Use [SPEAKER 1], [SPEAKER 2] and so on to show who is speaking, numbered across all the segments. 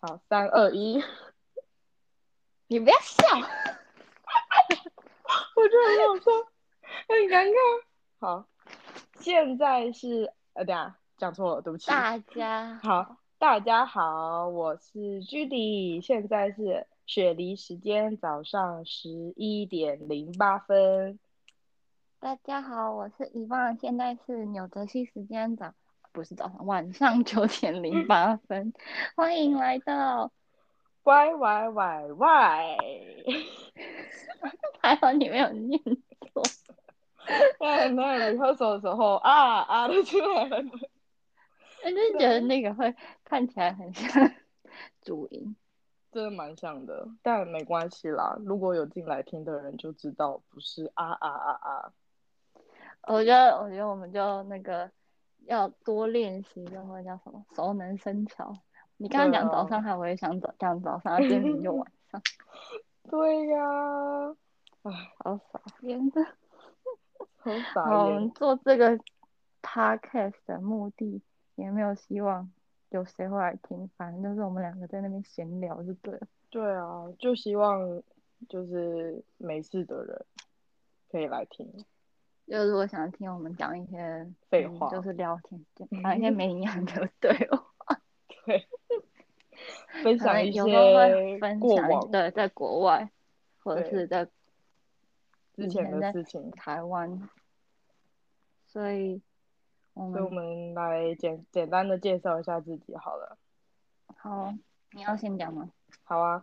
[SPEAKER 1] 好，三二一， 你不要笑，我觉得很好笑，很尴尬。好，现在是呃，等一下讲错了，对不起。
[SPEAKER 2] 大家
[SPEAKER 1] 好，大家好，我是 Judy，现在是雪梨时间早上十一点零八分。
[SPEAKER 2] 大家好，我是遗忘，现在是纽泽西时间早，不是早上，晚上九点零八分，欢迎来到
[SPEAKER 1] 喂喂喂喂，
[SPEAKER 2] 台湾，你没有念错，
[SPEAKER 1] 那哎那你喝手的时候啊啊的出来了，
[SPEAKER 2] 我就觉得那个会看起来很像 主音，
[SPEAKER 1] 真的蛮像的，但没关系啦。如果有进来听的人就知道，不是啊啊啊啊，
[SPEAKER 2] 我觉得，我觉得我们就那个要多练习，然后叫什么熟能生巧。你刚
[SPEAKER 1] 对啊
[SPEAKER 2] 刚讲早上，还我也想早讲早上，今天就晚 上，
[SPEAKER 1] 对呀、
[SPEAKER 2] 好傻眼的。
[SPEAKER 1] 很傻
[SPEAKER 2] 我
[SPEAKER 1] 眼
[SPEAKER 2] 们。哦做这个 podcast 的目的也没有希望有谁会来听，反正就是我们两个在那边闲聊就对了。
[SPEAKER 1] 对啊，就希望就是没事的人可以来听。
[SPEAKER 2] 就如果想听我们讲一些
[SPEAKER 1] 废
[SPEAKER 2] 嗯
[SPEAKER 1] 话
[SPEAKER 2] 就是聊天，讲一些没营养的，对哦。
[SPEAKER 1] 对，分
[SPEAKER 2] 可能
[SPEAKER 1] 享一
[SPEAKER 2] 呃有时候
[SPEAKER 1] 些
[SPEAKER 2] 会分
[SPEAKER 1] 过
[SPEAKER 2] 享
[SPEAKER 1] 往
[SPEAKER 2] 对，在国外或者
[SPEAKER 1] 对
[SPEAKER 2] 是在
[SPEAKER 1] 之
[SPEAKER 2] 以
[SPEAKER 1] 前
[SPEAKER 2] 前
[SPEAKER 1] 的
[SPEAKER 2] 在
[SPEAKER 1] 事情，
[SPEAKER 2] 台湾，所以我
[SPEAKER 1] 所以我
[SPEAKER 2] 们
[SPEAKER 1] 们来简简单的介绍一下自己好了。
[SPEAKER 2] 好，你要先讲吗？
[SPEAKER 1] 好啊，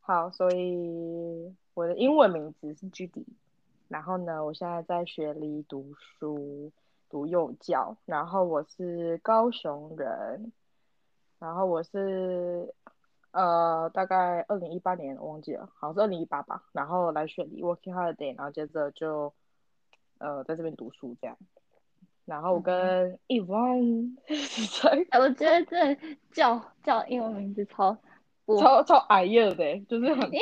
[SPEAKER 1] 好，所以我的英文名字是 Judy，然后呢，我现在在学里读书，读幼教，然后我是高雄人，然后我是呃，大概二零一八年我忘记了，好像是二零一八吧，然后来雪梨 working holiday，然后接着就呃在这边读书这样，然后我跟 e v a n 在
[SPEAKER 2] 哎，我觉得这叫叫英文名字超不
[SPEAKER 1] 超超矮幼的欸、就是很
[SPEAKER 2] 因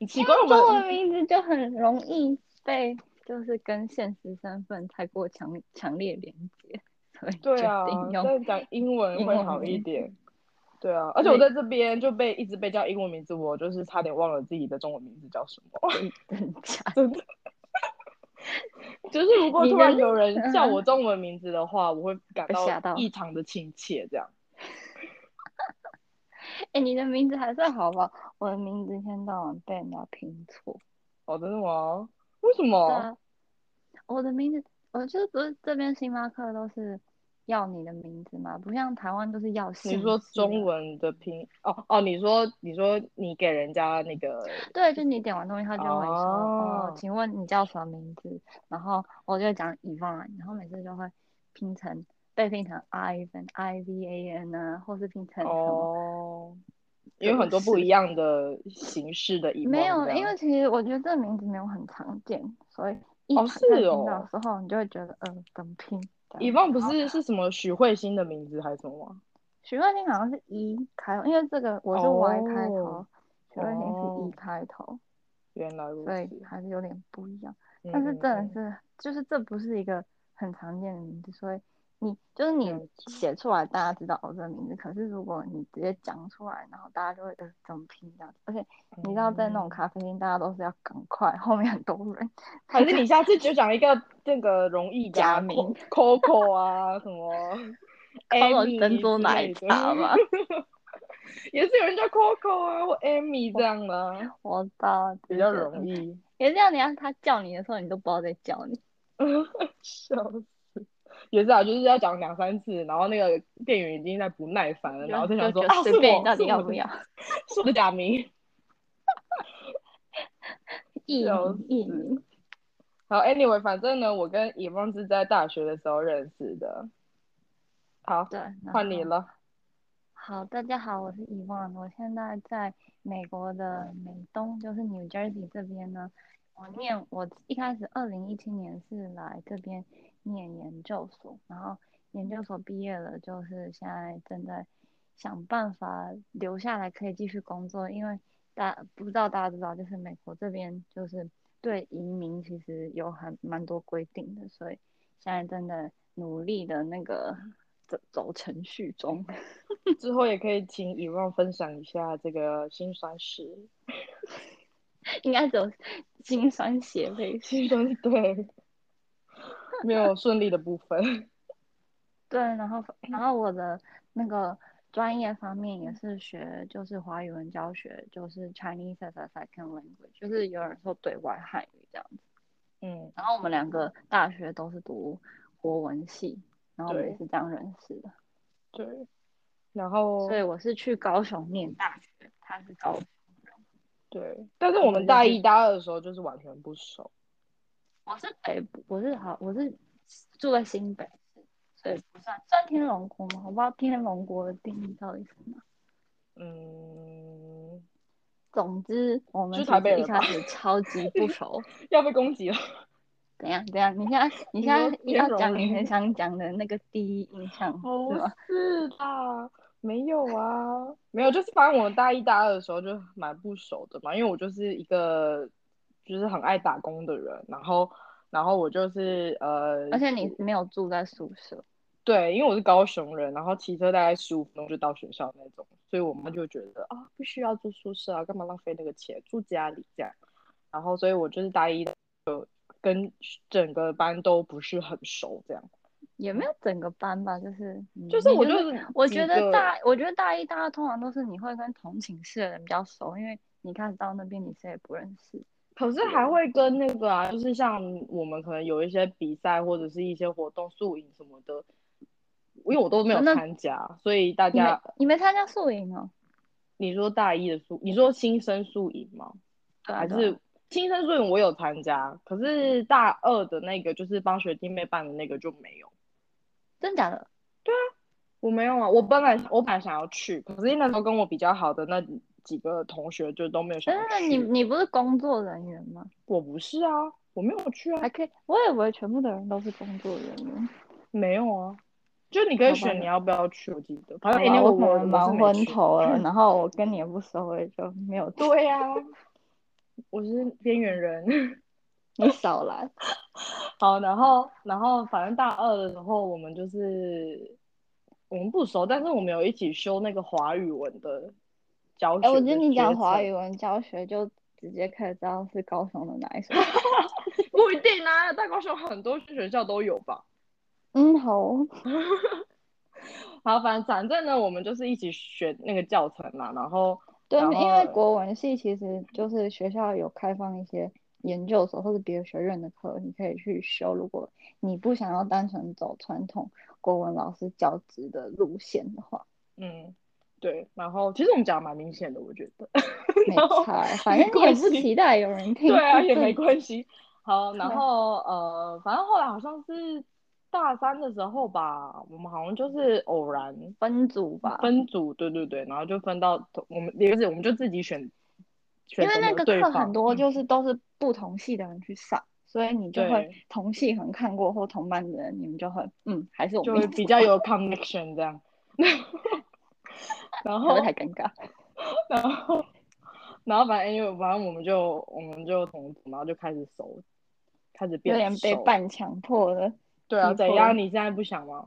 [SPEAKER 1] 很奇怪。我
[SPEAKER 2] 中文
[SPEAKER 1] 们
[SPEAKER 2] 名字就很容易被就是跟现实身份太过强强烈连接，所以
[SPEAKER 1] 对
[SPEAKER 2] 决
[SPEAKER 1] 啊
[SPEAKER 2] 定，
[SPEAKER 1] 但
[SPEAKER 2] 用
[SPEAKER 1] 是讲英文
[SPEAKER 2] 英
[SPEAKER 1] 会
[SPEAKER 2] 文
[SPEAKER 1] 好一
[SPEAKER 2] 名字
[SPEAKER 1] 点。对啊，而且我在这边就被一直被叫英文名字，我就是差点忘了自己的中文名字叫什么。
[SPEAKER 2] 这一等价。
[SPEAKER 1] 就是如果
[SPEAKER 2] 你
[SPEAKER 1] 突然
[SPEAKER 2] 人
[SPEAKER 1] 有人叫
[SPEAKER 2] 嗯
[SPEAKER 1] 我中文名字的话，我会感
[SPEAKER 2] 会吓
[SPEAKER 1] 到
[SPEAKER 2] 到
[SPEAKER 1] 异常的亲切。这样，
[SPEAKER 2] 哎、你的名字还算好吧？我的名字一天到晚被人家拼错。
[SPEAKER 1] 哦，真的吗？为什
[SPEAKER 2] 对
[SPEAKER 1] 么？
[SPEAKER 2] 啊，我的名字，我就不是这边星巴克都是要你的名字嘛，不像台湾都是要姓
[SPEAKER 1] 你
[SPEAKER 2] 氏。
[SPEAKER 1] 说中？文的拼哦哦，你说你说你给人家那个
[SPEAKER 2] 对，就你点完东西，他就会说：“哦
[SPEAKER 1] 哦，
[SPEAKER 2] 请问你叫什么名字？”然后我就讲 e v a n 然后每次就会拼成被拼成 Ivan I V A N 啊，或是拼成什么？
[SPEAKER 1] 哦，因为很多不一样的形式的遗忘
[SPEAKER 2] 没
[SPEAKER 1] 这
[SPEAKER 2] 有，
[SPEAKER 1] 样
[SPEAKER 2] 因为其实我觉得这个名字没有很常见，所以一
[SPEAKER 1] 哦
[SPEAKER 2] 常看
[SPEAKER 1] 是
[SPEAKER 2] 听
[SPEAKER 1] 哦
[SPEAKER 2] 到的时候，你就会觉得嗯，怎么拼？这
[SPEAKER 1] 遗
[SPEAKER 2] 样
[SPEAKER 1] 忘不是是什么许慧欣的名字还是什么吗？
[SPEAKER 2] 许慧欣好像是一开头，因为这个我是 Y 开
[SPEAKER 1] 哦
[SPEAKER 2] 头，许慧欣是
[SPEAKER 1] 哦
[SPEAKER 2] 一开头，
[SPEAKER 1] 原来如
[SPEAKER 2] 所
[SPEAKER 1] 此
[SPEAKER 2] 以，还是有点不一样。
[SPEAKER 1] 嗯
[SPEAKER 2] 但是真的
[SPEAKER 1] 嗯嗯
[SPEAKER 2] 是，就是这不是一个很常见的名字，所以你就是你
[SPEAKER 1] 了解
[SPEAKER 2] 写出来，大家知道哦这个名字。可是如果你直接讲出来，然后大家就会呃怎么拼这样子。而且你知道，在
[SPEAKER 1] 嗯
[SPEAKER 2] 那种咖啡厅，大家都是要赶快，后面很多人。
[SPEAKER 1] 还是你下次就讲一个那个容易的啊
[SPEAKER 2] 假名
[SPEAKER 1] Co-，Coco 啊，什 么 Amy
[SPEAKER 2] 珍珠奶
[SPEAKER 1] 之类的
[SPEAKER 2] 茶吧，
[SPEAKER 1] 也是有人叫 Coco 啊或 Amy 这样的啊、
[SPEAKER 2] 我知道，
[SPEAKER 1] 比较容。易。
[SPEAKER 2] 也这样，你要他叫你的时候，你都不知道在叫你。
[SPEAKER 1] 笑死！也是啊，就是要讲两三次，然后那个店员已经在不耐烦了，然后
[SPEAKER 2] 就
[SPEAKER 1] 就想说
[SPEAKER 2] 就
[SPEAKER 1] 啊，
[SPEAKER 2] 随
[SPEAKER 1] 是
[SPEAKER 2] 便
[SPEAKER 1] 我
[SPEAKER 2] 你到底
[SPEAKER 1] 是
[SPEAKER 2] 要
[SPEAKER 1] 我
[SPEAKER 2] 不
[SPEAKER 1] 的
[SPEAKER 2] 要？
[SPEAKER 1] 是我的假名。
[SPEAKER 2] 艺
[SPEAKER 1] 笑
[SPEAKER 2] 名艺
[SPEAKER 1] 死
[SPEAKER 2] 名，
[SPEAKER 1] 好，anyway，反正呢，我跟 e v a n 是在大学的时候认识的。好，
[SPEAKER 2] 对，然
[SPEAKER 1] 换你
[SPEAKER 2] 后
[SPEAKER 1] 了。
[SPEAKER 2] 好，大家好，我是遗忘，我现在在美国的美东，就是 New Jersey 这边呢。我念我一开始二零一七年是来这边念研究所，然后研究所毕业了，就是现在正在想办法留下来可以继续工作，因为大不知道大家知不知道，就是美国这边就是对移民其实有还蛮多规定的，所以现在正在努力的那个走走程序中。
[SPEAKER 1] 之后也可以请以望分享一下这个辛酸史，
[SPEAKER 2] 应该走心酸血泪史。
[SPEAKER 1] 辛酸对，没有顺利的部分。
[SPEAKER 2] 对，然后然后我的那个专业方面也是学就是华语文教学，就是 Chinese as a second language，就是有人说对外汉语这样子。
[SPEAKER 1] 嗯，
[SPEAKER 2] 然后我们两个大学都是读国文系，然后我们
[SPEAKER 1] 对
[SPEAKER 2] 也是这样认识的。
[SPEAKER 1] 对。然后
[SPEAKER 2] 所以我是去高雄念大学，他是高
[SPEAKER 1] 对，但是
[SPEAKER 2] 我
[SPEAKER 1] 我
[SPEAKER 2] 们
[SPEAKER 1] 们
[SPEAKER 2] 就
[SPEAKER 1] 大
[SPEAKER 2] 是
[SPEAKER 1] 一大二的时候就是完全不熟。
[SPEAKER 2] 我是北部，我是好，我是住在新北市，所以不算算天龙国吗？我不知道天龙国的定义到底是什么。
[SPEAKER 1] 嗯，
[SPEAKER 2] 总之，我们
[SPEAKER 1] 就是
[SPEAKER 2] 其
[SPEAKER 1] 台北
[SPEAKER 2] 实一
[SPEAKER 1] 人吧
[SPEAKER 2] 开始超级 不熟。
[SPEAKER 1] 要被攻击了。
[SPEAKER 2] 怎样？怎样？你现在你
[SPEAKER 1] 你
[SPEAKER 2] 现在
[SPEAKER 1] 说天
[SPEAKER 2] 要
[SPEAKER 1] 龙
[SPEAKER 2] 讲你
[SPEAKER 1] 人
[SPEAKER 2] 很想讲的那个第一印象
[SPEAKER 1] 不
[SPEAKER 2] 是吗？
[SPEAKER 1] 是啦，没有啊，没有，就是反正我大一大二的时候就蛮不熟的嘛，因为我就是一个就是很爱打工的人，然后然后我就是呃，
[SPEAKER 2] 而且你没有住在宿舍，
[SPEAKER 1] 对，因为我是高雄人，然后骑车大概十五分钟就到学校那种，所以我妈就觉得啊、必须要住宿舍啊，干嘛浪费那个钱，住家里这样。然后，所以我就是大一就跟整个班都不是很熟，这样。
[SPEAKER 2] 也没有整个班吧，就是嗯
[SPEAKER 1] 就是
[SPEAKER 2] 你
[SPEAKER 1] 我
[SPEAKER 2] 就是
[SPEAKER 1] 是
[SPEAKER 2] 我
[SPEAKER 1] 几
[SPEAKER 2] 觉得
[SPEAKER 1] 个
[SPEAKER 2] 大，我觉得大一、大二通常都是你会跟同寝室的人比较熟，因为你开始到那边，你谁也不认识。
[SPEAKER 1] 可是还会跟那个啊，就是像我们可能有一些比赛或者是一些活动、宿营什么的，因为我都没有
[SPEAKER 2] 那
[SPEAKER 1] 参加，所以大
[SPEAKER 2] 你没
[SPEAKER 1] 家，
[SPEAKER 2] 你没参加宿营哦？
[SPEAKER 1] 你说大一的宿，你说新生宿营吗？
[SPEAKER 2] 对啊，
[SPEAKER 1] 还
[SPEAKER 2] 对啊
[SPEAKER 1] 是新生宿营我有参加，可是大二的那个就是帮学弟妹办的那个就没有，
[SPEAKER 2] 真假的？
[SPEAKER 1] 我没有啊，我本来我本来想要去，可是那时候跟我比较好的那几个同学就都没有想
[SPEAKER 2] 真
[SPEAKER 1] 要
[SPEAKER 2] 的，
[SPEAKER 1] 去。
[SPEAKER 2] 你你不是工作人员吗？
[SPEAKER 1] 啊我不是啊，我没有去啊
[SPEAKER 2] 还，可以，我以为全部的人都是工作人员。
[SPEAKER 1] 没有啊，就你可
[SPEAKER 2] 好
[SPEAKER 1] 以
[SPEAKER 2] 吧
[SPEAKER 1] 选你要不要去，啊我记得，反
[SPEAKER 2] 好
[SPEAKER 1] 正 a
[SPEAKER 2] 吧
[SPEAKER 1] n
[SPEAKER 2] 我
[SPEAKER 1] 我
[SPEAKER 2] 可能
[SPEAKER 1] 我是
[SPEAKER 2] 忙
[SPEAKER 1] 没
[SPEAKER 2] 昏
[SPEAKER 1] 去。
[SPEAKER 2] 头 了，然后我跟你也不熟，我也就没有。
[SPEAKER 1] 对呀、我是边缘人。
[SPEAKER 2] 你少来。
[SPEAKER 1] 好，然后然后反正大二的时候，我们就是我们不熟，但是我们有一起修那个华语文的教学。
[SPEAKER 2] 哎、我觉得你讲华语文教学就直接可以知道是高雄的哪 一所。
[SPEAKER 1] 不一定啊，大高雄很多学校都有吧。
[SPEAKER 2] 嗯，好哦，
[SPEAKER 1] 好，反正反正呢，我们就是一起选那个教程嘛，然后
[SPEAKER 2] 对，
[SPEAKER 1] 然
[SPEAKER 2] 因为
[SPEAKER 1] 后
[SPEAKER 2] 国文系其实就是学校有开放一些研究所或者别的学院的课，你可以去修。如果你不想要单纯走传统国文老师教职的路线的 话，
[SPEAKER 1] 嗯，对，然后其实我们讲的蛮明显的，我觉得。
[SPEAKER 2] 没
[SPEAKER 1] 然后
[SPEAKER 2] 差，啊反正你也
[SPEAKER 1] 关
[SPEAKER 2] 不
[SPEAKER 1] 系
[SPEAKER 2] 期待有人 听。
[SPEAKER 1] 对啊，也
[SPEAKER 2] 对
[SPEAKER 1] 没关系。好， 然
[SPEAKER 2] 对
[SPEAKER 1] 后呃，反正后来好像是大三的时候吧，我们好像就是偶然
[SPEAKER 2] 分组吧，
[SPEAKER 1] 分组，对对对，然后就分到同我们，也就是我们就自己选，选
[SPEAKER 2] 因为
[SPEAKER 1] 什
[SPEAKER 2] 那
[SPEAKER 1] 么
[SPEAKER 2] 个
[SPEAKER 1] 对
[SPEAKER 2] 课
[SPEAKER 1] 方
[SPEAKER 2] 很多
[SPEAKER 1] 嗯
[SPEAKER 2] 就是都是不同系的人去上，所以你就会
[SPEAKER 1] 对
[SPEAKER 2] 同系可能看过或同班的人，你们就会嗯，还是我
[SPEAKER 1] 就
[SPEAKER 2] 们一
[SPEAKER 1] 会
[SPEAKER 2] 组
[SPEAKER 1] 比较有 connection 这样。 然
[SPEAKER 2] 不
[SPEAKER 1] 后
[SPEAKER 2] 会太尴尬。
[SPEAKER 1] 然后，然后反正因为反正我们就我们就同组，然后就开始熟，开始
[SPEAKER 2] 有
[SPEAKER 1] 变
[SPEAKER 2] 点被
[SPEAKER 1] 熟。
[SPEAKER 2] 半强迫的，
[SPEAKER 1] 对啊，
[SPEAKER 2] 逼
[SPEAKER 1] 怎
[SPEAKER 2] 迫
[SPEAKER 1] 样？你现在不想吗？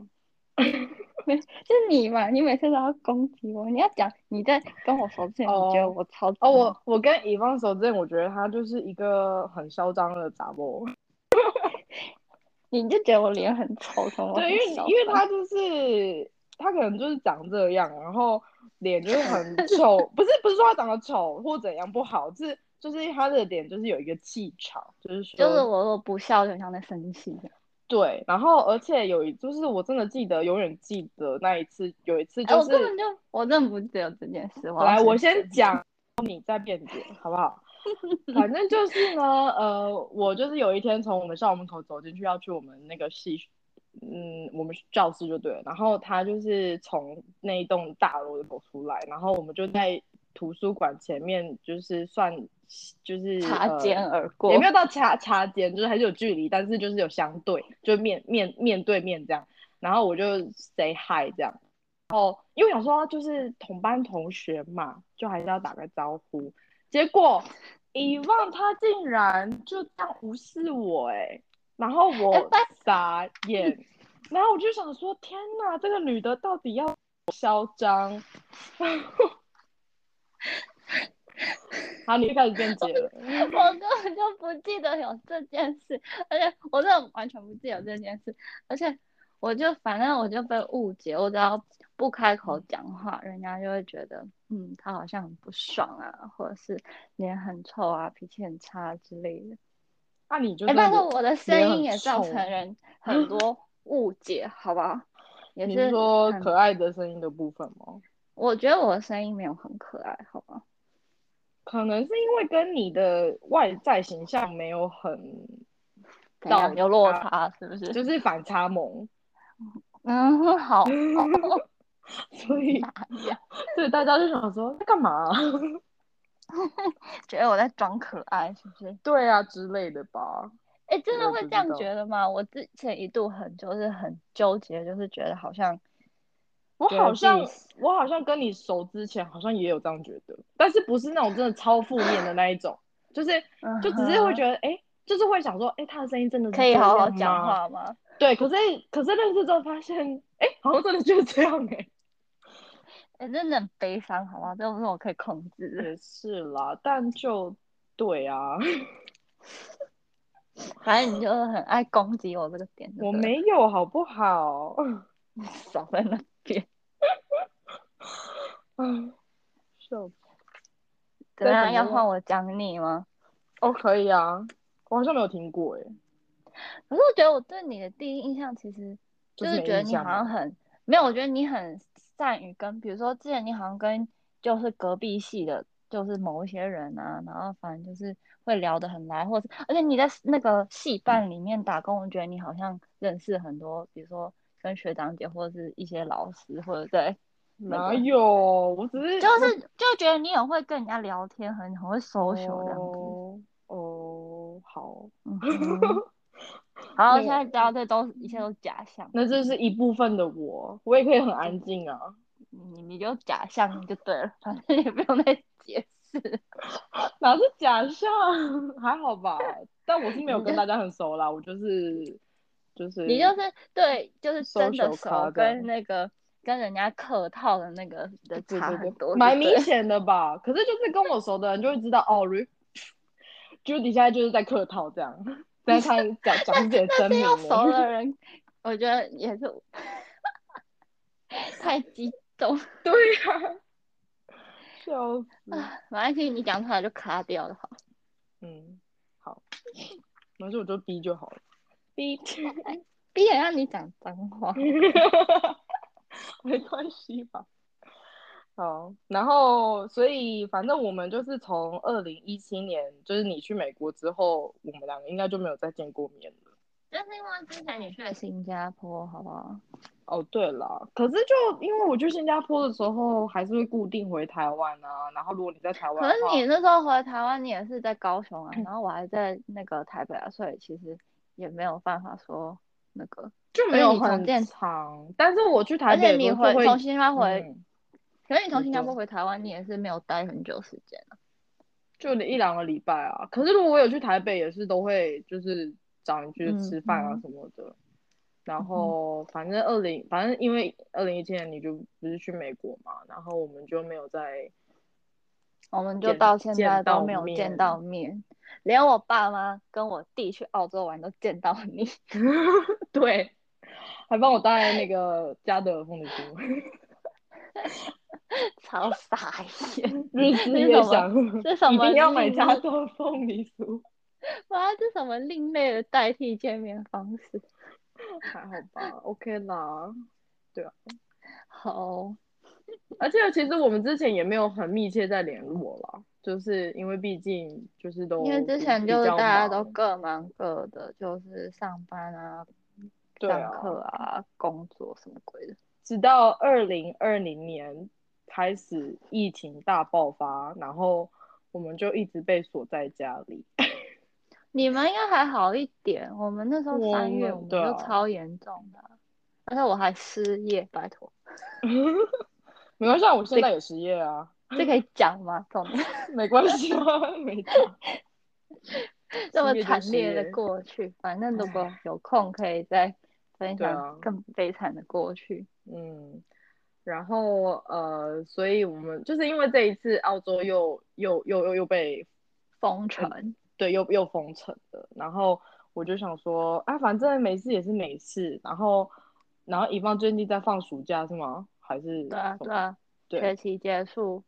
[SPEAKER 2] 就是你嘛，你每次都要攻击我，你要讲你在跟我熟之前，你觉得
[SPEAKER 1] 哦
[SPEAKER 2] 我超
[SPEAKER 1] 哦，我我跟以方熟之前，我觉得他就是一个很嚣张的杂货。
[SPEAKER 2] 你就觉得我脸很丑，什么
[SPEAKER 1] 对，因为
[SPEAKER 2] 很
[SPEAKER 1] 你
[SPEAKER 2] 小
[SPEAKER 1] 因为
[SPEAKER 2] 声
[SPEAKER 1] 他就是他可能就是长这样，然后脸就是很 丑，不是不是说他长得丑或怎样不好，是就是他的脸就是有一个气场，就是说
[SPEAKER 2] 就是我我不笑，有点像在生气这样。
[SPEAKER 1] 对，然后而且有一就是我真的记得，永远记得那一次，有一次
[SPEAKER 2] 哎、
[SPEAKER 1] 就
[SPEAKER 2] 我
[SPEAKER 1] 是、
[SPEAKER 2] 根本就我真的不只有这件事，我要
[SPEAKER 1] 来，我
[SPEAKER 2] 生
[SPEAKER 1] 先
[SPEAKER 2] 气
[SPEAKER 1] 讲，你再辩解，好不 好？反正就是呢，呃，我就是有一天从我们校门口走进去，要去我们那个系，嗯，我们教室就对了。然后他就是从那一栋大楼走出来，然后我们就在图书馆前面，就是算就是
[SPEAKER 2] 擦
[SPEAKER 1] 呃
[SPEAKER 2] 肩而过，
[SPEAKER 1] 也没有到擦擦肩，就是还是有距离，但是就是有相对，就面面面对面这样。然后我就 say hi 这样，然后因为想说就是同班同学嘛，就还是要打个招呼。结 果遗忘他竟欸然就这样无视我哎、然后
[SPEAKER 2] 哎
[SPEAKER 1] 我
[SPEAKER 2] 拜
[SPEAKER 1] 傻眼，然后我就想说，天哪，这个女的到底要嚣张？ 好，你就开始辩解了。
[SPEAKER 2] 我根本就不记得有这件事，而且我真的完全不记得有这件事，而且我就反正我就被误解，我只要不开口讲话，人家就会觉得，嗯，他好像很不爽啊，或者是脸很臭啊，脾气很差之类的。
[SPEAKER 1] 那、你就
[SPEAKER 2] 哎、
[SPEAKER 1] 是
[SPEAKER 2] 但是我的声音
[SPEAKER 1] 很
[SPEAKER 2] 也造
[SPEAKER 1] 臭
[SPEAKER 2] 成人很多误解，好不好？也
[SPEAKER 1] 你
[SPEAKER 2] 是
[SPEAKER 1] 是说
[SPEAKER 2] 很
[SPEAKER 1] 可爱的声音的部分吗？
[SPEAKER 2] 我觉得我的声音没有很可爱，好吧？
[SPEAKER 1] 可能是因为跟你的外在形象没有很，
[SPEAKER 2] 怎样
[SPEAKER 1] 到
[SPEAKER 2] 有落
[SPEAKER 1] 达
[SPEAKER 2] 差是不是？
[SPEAKER 1] 就是 反差萌，
[SPEAKER 2] 嗯，好，
[SPEAKER 1] 所以
[SPEAKER 2] 哪样？
[SPEAKER 1] 所以大家就想说在干嘛？啊
[SPEAKER 2] 觉得我在装可爱是不是？
[SPEAKER 1] 对啊之类的吧。
[SPEAKER 2] 哎，真的
[SPEAKER 1] 我
[SPEAKER 2] 会
[SPEAKER 1] 不
[SPEAKER 2] 这
[SPEAKER 1] 知
[SPEAKER 2] 样
[SPEAKER 1] 道
[SPEAKER 2] 觉得吗？我之前一度很就是很纠结，就是觉得好像
[SPEAKER 1] 我
[SPEAKER 2] 觉得
[SPEAKER 1] 好
[SPEAKER 2] 自己
[SPEAKER 1] 像
[SPEAKER 2] 是
[SPEAKER 1] 我好像跟你熟之前好像也有这样觉得，但是不是那种真的超负面的那一种，就是 就只是会觉得哎、诶就是会想说哎、诶他的声音真的
[SPEAKER 2] 得
[SPEAKER 1] 是
[SPEAKER 2] 可以好
[SPEAKER 1] 这
[SPEAKER 2] 好
[SPEAKER 1] 样
[SPEAKER 2] 讲
[SPEAKER 1] 吗。
[SPEAKER 2] 话吗？
[SPEAKER 1] 对，可是可是认识之后发现哎、诶好像真的就是这样哎、
[SPEAKER 2] 哎，真的很悲伤，好吗？这不是我可以控制的。
[SPEAKER 1] 也是啦，但就对啊，
[SPEAKER 2] 反正你就是很爱攻击我这个点，
[SPEAKER 1] 我没有好不好？
[SPEAKER 2] 少在那边。
[SPEAKER 1] 嗯，受
[SPEAKER 2] 怎
[SPEAKER 1] 再怎
[SPEAKER 2] 样？啊要
[SPEAKER 1] 么
[SPEAKER 2] 换我讲你吗？
[SPEAKER 1] 哦，可以啊，我好像没有听过哎、
[SPEAKER 2] 可是我觉得我对你的第一印象其实
[SPEAKER 1] 就
[SPEAKER 2] 就是是
[SPEAKER 1] 没
[SPEAKER 2] 觉得
[SPEAKER 1] 印
[SPEAKER 2] 你
[SPEAKER 1] 象啊
[SPEAKER 2] 好像
[SPEAKER 1] 吗
[SPEAKER 2] 很没有，我觉得你很善于跟，比如说之前你好像跟就是隔壁系的，就是某一些人啊，然后反正就是会聊得很来，或是而且你在那个
[SPEAKER 1] 嗯
[SPEAKER 2] 系办里面打工，我觉得你好像认识很多，比如说跟学长姐或者是一些老师，或者对，那
[SPEAKER 1] 哪
[SPEAKER 2] 个
[SPEAKER 1] 有？我只是
[SPEAKER 2] 就是就觉得你很会跟人家聊天，很很会 social 这样子。
[SPEAKER 1] 哦哦，好，
[SPEAKER 2] 嗯哼好，
[SPEAKER 1] 那我
[SPEAKER 2] 现在知道这都一切都假象。
[SPEAKER 1] 那这是一部分的我，我也可以很安静啊。
[SPEAKER 2] 你你就假象就对了，反正也不用再解 释。
[SPEAKER 1] 哪是假象？还好吧，但我是没有
[SPEAKER 2] 你
[SPEAKER 1] 跟
[SPEAKER 2] 就
[SPEAKER 1] 大家很熟啦，我就是就是
[SPEAKER 2] 你就是对，就是真的
[SPEAKER 1] social 咖
[SPEAKER 2] 熟，
[SPEAKER 1] 这样
[SPEAKER 2] 跟那个跟人家客套的那个的
[SPEAKER 1] 对
[SPEAKER 2] 差
[SPEAKER 1] 对对，
[SPEAKER 2] 很多，
[SPEAKER 1] 蛮
[SPEAKER 2] 对
[SPEAKER 1] 明显的吧？可是就是跟我熟的人就会知道哦，Ru-，就底下就是在客套这样，在 他讲讲自己的
[SPEAKER 2] 那
[SPEAKER 1] 真
[SPEAKER 2] 是
[SPEAKER 1] 名
[SPEAKER 2] 要
[SPEAKER 1] 欸。
[SPEAKER 2] 熟的人，我 觉得也是太激动。
[SPEAKER 1] 对呀、笑死。
[SPEAKER 2] 啊反正听你讲出来就卡掉了，好。
[SPEAKER 1] 嗯，好，没事，我就逼就好了。逼，
[SPEAKER 2] 毕竟让你讲脏 话，
[SPEAKER 1] 没关系吧。好，然后所以反正我们就是从二零一七年，就是你去美国之后，我们两个应该就没有再见过面了。
[SPEAKER 2] 就是因为之前你去了新加坡，好不好？
[SPEAKER 1] 哦，对了，可是就因为我去新加坡的时候，还是会固定回台湾啊。然后如果你在台湾
[SPEAKER 2] 可
[SPEAKER 1] 的
[SPEAKER 2] 是
[SPEAKER 1] 话，
[SPEAKER 2] 你那时候回台湾，你也是在高雄
[SPEAKER 1] 嗯
[SPEAKER 2] 啊，然后我还在那个台北啊，所以其实也没有办法说那个。
[SPEAKER 1] 就没有
[SPEAKER 2] 你
[SPEAKER 1] 很
[SPEAKER 2] 重建
[SPEAKER 1] 长，但是我去台
[SPEAKER 2] 而且
[SPEAKER 1] 北的
[SPEAKER 2] 你
[SPEAKER 1] 时候
[SPEAKER 2] 回
[SPEAKER 1] 就会
[SPEAKER 2] 从新加坡回，
[SPEAKER 1] 嗯
[SPEAKER 2] 可是你从
[SPEAKER 1] 没
[SPEAKER 2] 新加坡
[SPEAKER 1] 错
[SPEAKER 2] 回台湾，你也是没有待很久时间啊。
[SPEAKER 1] 就一两个礼拜啊。可是如果我有去台北，也是都会就是找你去
[SPEAKER 2] 嗯
[SPEAKER 1] 吃饭啊
[SPEAKER 2] 嗯
[SPEAKER 1] 什么的。然后反正二零，反正因为二零一七年你就不是去美国嘛，然后我们就没有在
[SPEAKER 2] 我们就
[SPEAKER 1] 见
[SPEAKER 2] 到现
[SPEAKER 1] 见
[SPEAKER 2] 在
[SPEAKER 1] 到
[SPEAKER 2] 都没有见
[SPEAKER 1] 面
[SPEAKER 2] 到面，连我爸妈跟我弟去澳洲玩都见到你。
[SPEAKER 1] 对，还帮我带那个家德风的书，
[SPEAKER 2] 超傻眼！
[SPEAKER 1] 日思
[SPEAKER 2] 是
[SPEAKER 1] 夜
[SPEAKER 2] 什么
[SPEAKER 1] 想，
[SPEAKER 2] 这什
[SPEAKER 1] 嗯一
[SPEAKER 2] 么
[SPEAKER 1] 定要买
[SPEAKER 2] 另
[SPEAKER 1] 家德凤梨 酥，
[SPEAKER 2] 哇，这什么另类的代替见面方式？
[SPEAKER 1] 还好吧，OK 啦。
[SPEAKER 2] 好，
[SPEAKER 1] 而且其实我们之前也没有很密切在联络啦，就是因为毕竟就是都
[SPEAKER 2] 因为之
[SPEAKER 1] 比
[SPEAKER 2] 前
[SPEAKER 1] 比
[SPEAKER 2] 就是
[SPEAKER 1] 较
[SPEAKER 2] 大家都
[SPEAKER 1] 忙
[SPEAKER 2] 各忙各的，就是上班啊、
[SPEAKER 1] 对
[SPEAKER 2] 上
[SPEAKER 1] 啊
[SPEAKER 2] 课啊、工作什么鬼的。
[SPEAKER 1] 直到二零二零年开始疫情大爆发，然后我们就一直被锁在家里。
[SPEAKER 2] 你们应该还好一点，我们那时候
[SPEAKER 1] 我
[SPEAKER 2] 三月
[SPEAKER 1] 们
[SPEAKER 2] 我们
[SPEAKER 1] 对
[SPEAKER 2] 就
[SPEAKER 1] 啊
[SPEAKER 2] 超严重的啊、而且我还失业，拜托，
[SPEAKER 1] 没关系啊，我现在也失业啊，
[SPEAKER 2] 这可以讲吗？这种
[SPEAKER 1] 没关系啊， 没差。
[SPEAKER 2] 这么
[SPEAKER 1] 失业就
[SPEAKER 2] 惨
[SPEAKER 1] 失
[SPEAKER 2] 烈的
[SPEAKER 1] 业
[SPEAKER 2] 过去，反正如果有空可以再分
[SPEAKER 1] 对
[SPEAKER 2] 享
[SPEAKER 1] 啊
[SPEAKER 2] 更悲惨的过去。
[SPEAKER 1] 嗯，然后呃，所以我们就是因为这一次澳洲又又又又又被
[SPEAKER 2] 封城，
[SPEAKER 1] 对又又封城了，然后我就想说啊，反正没事也是没事，然后然后以放最近在放暑假是吗？还是
[SPEAKER 2] 对啊
[SPEAKER 1] 什么
[SPEAKER 2] 对啊，学
[SPEAKER 1] 对
[SPEAKER 2] 期结束，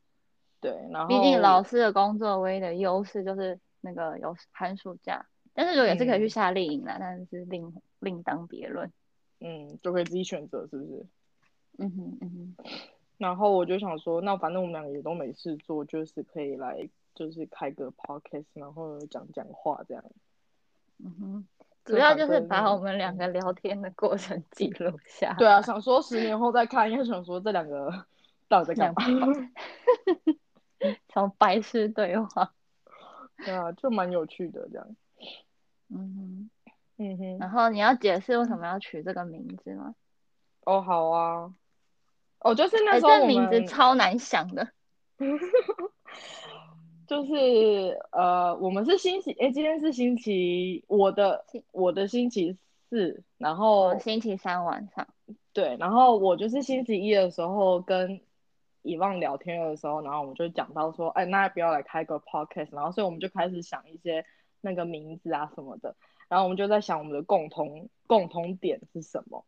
[SPEAKER 1] 对，然后
[SPEAKER 2] 毕竟老师的工作唯一的优势就是那个有寒暑假，但是如果也是可以去
[SPEAKER 1] 嗯
[SPEAKER 2] 夏令营啦，但是另另当别论。
[SPEAKER 1] 嗯就可以自己选择是不是？
[SPEAKER 2] 嗯哼嗯哼，
[SPEAKER 1] 然后我就想说，那反正我们两个也都没事做，就是可以来就是开个 podcast，然后讲讲话这样。
[SPEAKER 2] 嗯哼，
[SPEAKER 1] 这
[SPEAKER 2] 主要
[SPEAKER 1] 反
[SPEAKER 2] 就是
[SPEAKER 1] 正
[SPEAKER 2] 把我们两
[SPEAKER 1] 嗯
[SPEAKER 2] 个聊天的过程记录下。
[SPEAKER 1] 对啊，想说十年后再看，因为想说这两个 到底在干嘛？
[SPEAKER 2] 从白痴对话。
[SPEAKER 1] 对啊，就蛮有趣的这样。
[SPEAKER 2] 嗯哼，
[SPEAKER 1] 嗯哼，
[SPEAKER 2] 然后你要解释为什么要取这个名字吗？
[SPEAKER 1] 哦，好啊，哦，就是那
[SPEAKER 2] 哎、
[SPEAKER 1] 时候我
[SPEAKER 2] 这
[SPEAKER 1] 们
[SPEAKER 2] 名字超难想的。
[SPEAKER 1] 就是呃，我们是星期，哎，今天是星期，我的
[SPEAKER 2] 星
[SPEAKER 1] 我的星期四，然
[SPEAKER 2] 我
[SPEAKER 1] 后
[SPEAKER 2] 们星期三晚上，
[SPEAKER 1] 对，然后我就是星期一的时候跟以望聊天的时候，然后我们就讲到说，哎，那要不要来开个 podcast？然后所以我们就开始想一些那个名字啊什么的，然后我们就在想我们的共同共同点是什么。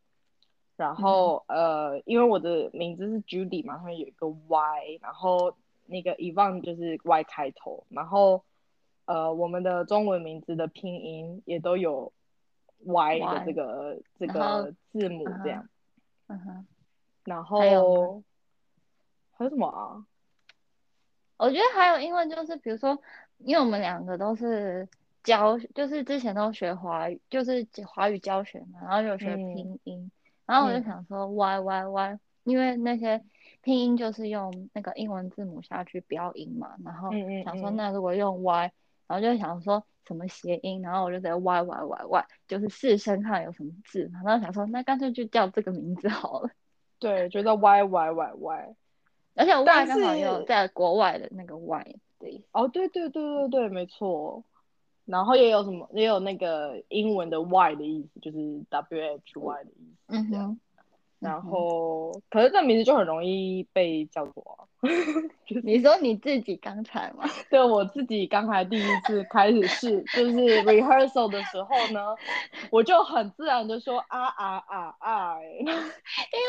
[SPEAKER 1] 然后、呃，因为我的名字是 Judy 嘛，它有一个 Y，然后那个 Evan 就是 Y 开头，然后呃，我们的中文名字的拼音也都有 Y 的
[SPEAKER 2] Y
[SPEAKER 1] 这个这
[SPEAKER 2] 然后
[SPEAKER 1] 个字母
[SPEAKER 2] 嗯哼
[SPEAKER 1] 这样。
[SPEAKER 2] 嗯哼，
[SPEAKER 1] 然后
[SPEAKER 2] 还有
[SPEAKER 1] 还有什么啊？
[SPEAKER 2] 我觉得还有，因为就是比如说，因为我们两个都是教，就是之前都学华语，就是华语教学嘛，然后有学
[SPEAKER 1] 嗯
[SPEAKER 2] 拼音，然后我就
[SPEAKER 1] 嗯
[SPEAKER 2] 想说 Y Y Y，因为那些拼音就是用那个英文字母下去标音嘛，然后
[SPEAKER 1] 嗯嗯
[SPEAKER 2] 想说
[SPEAKER 1] 嗯，
[SPEAKER 2] 那如果用 Y，然后就想说什么谐音，然后我就在 Y Y Y Y，就是试声看有什么字嘛，然后想说那干脆就叫这个名字好了。
[SPEAKER 1] 对，就叫 Y Y Y Y。
[SPEAKER 2] 而且 Y
[SPEAKER 1] 但
[SPEAKER 2] 刚好也有
[SPEAKER 1] 是
[SPEAKER 2] 在国外的那个 Y 的意思。
[SPEAKER 1] 哦，对对对对对，没错。然后也有什么，也有那个英文的 Y 的意思，就是 W H Y 的意思
[SPEAKER 2] 嗯
[SPEAKER 1] 这样。
[SPEAKER 2] 哼，嗯
[SPEAKER 1] 然
[SPEAKER 2] 哼，
[SPEAKER 1] 后，可是这名字就很容易被叫做、啊，
[SPEAKER 2] 你说你自己刚才 吗？
[SPEAKER 1] 对我自己刚才第一次开始试，就是 rehearsal 的时候呢，我就很自然的说啊啊啊啊、欸，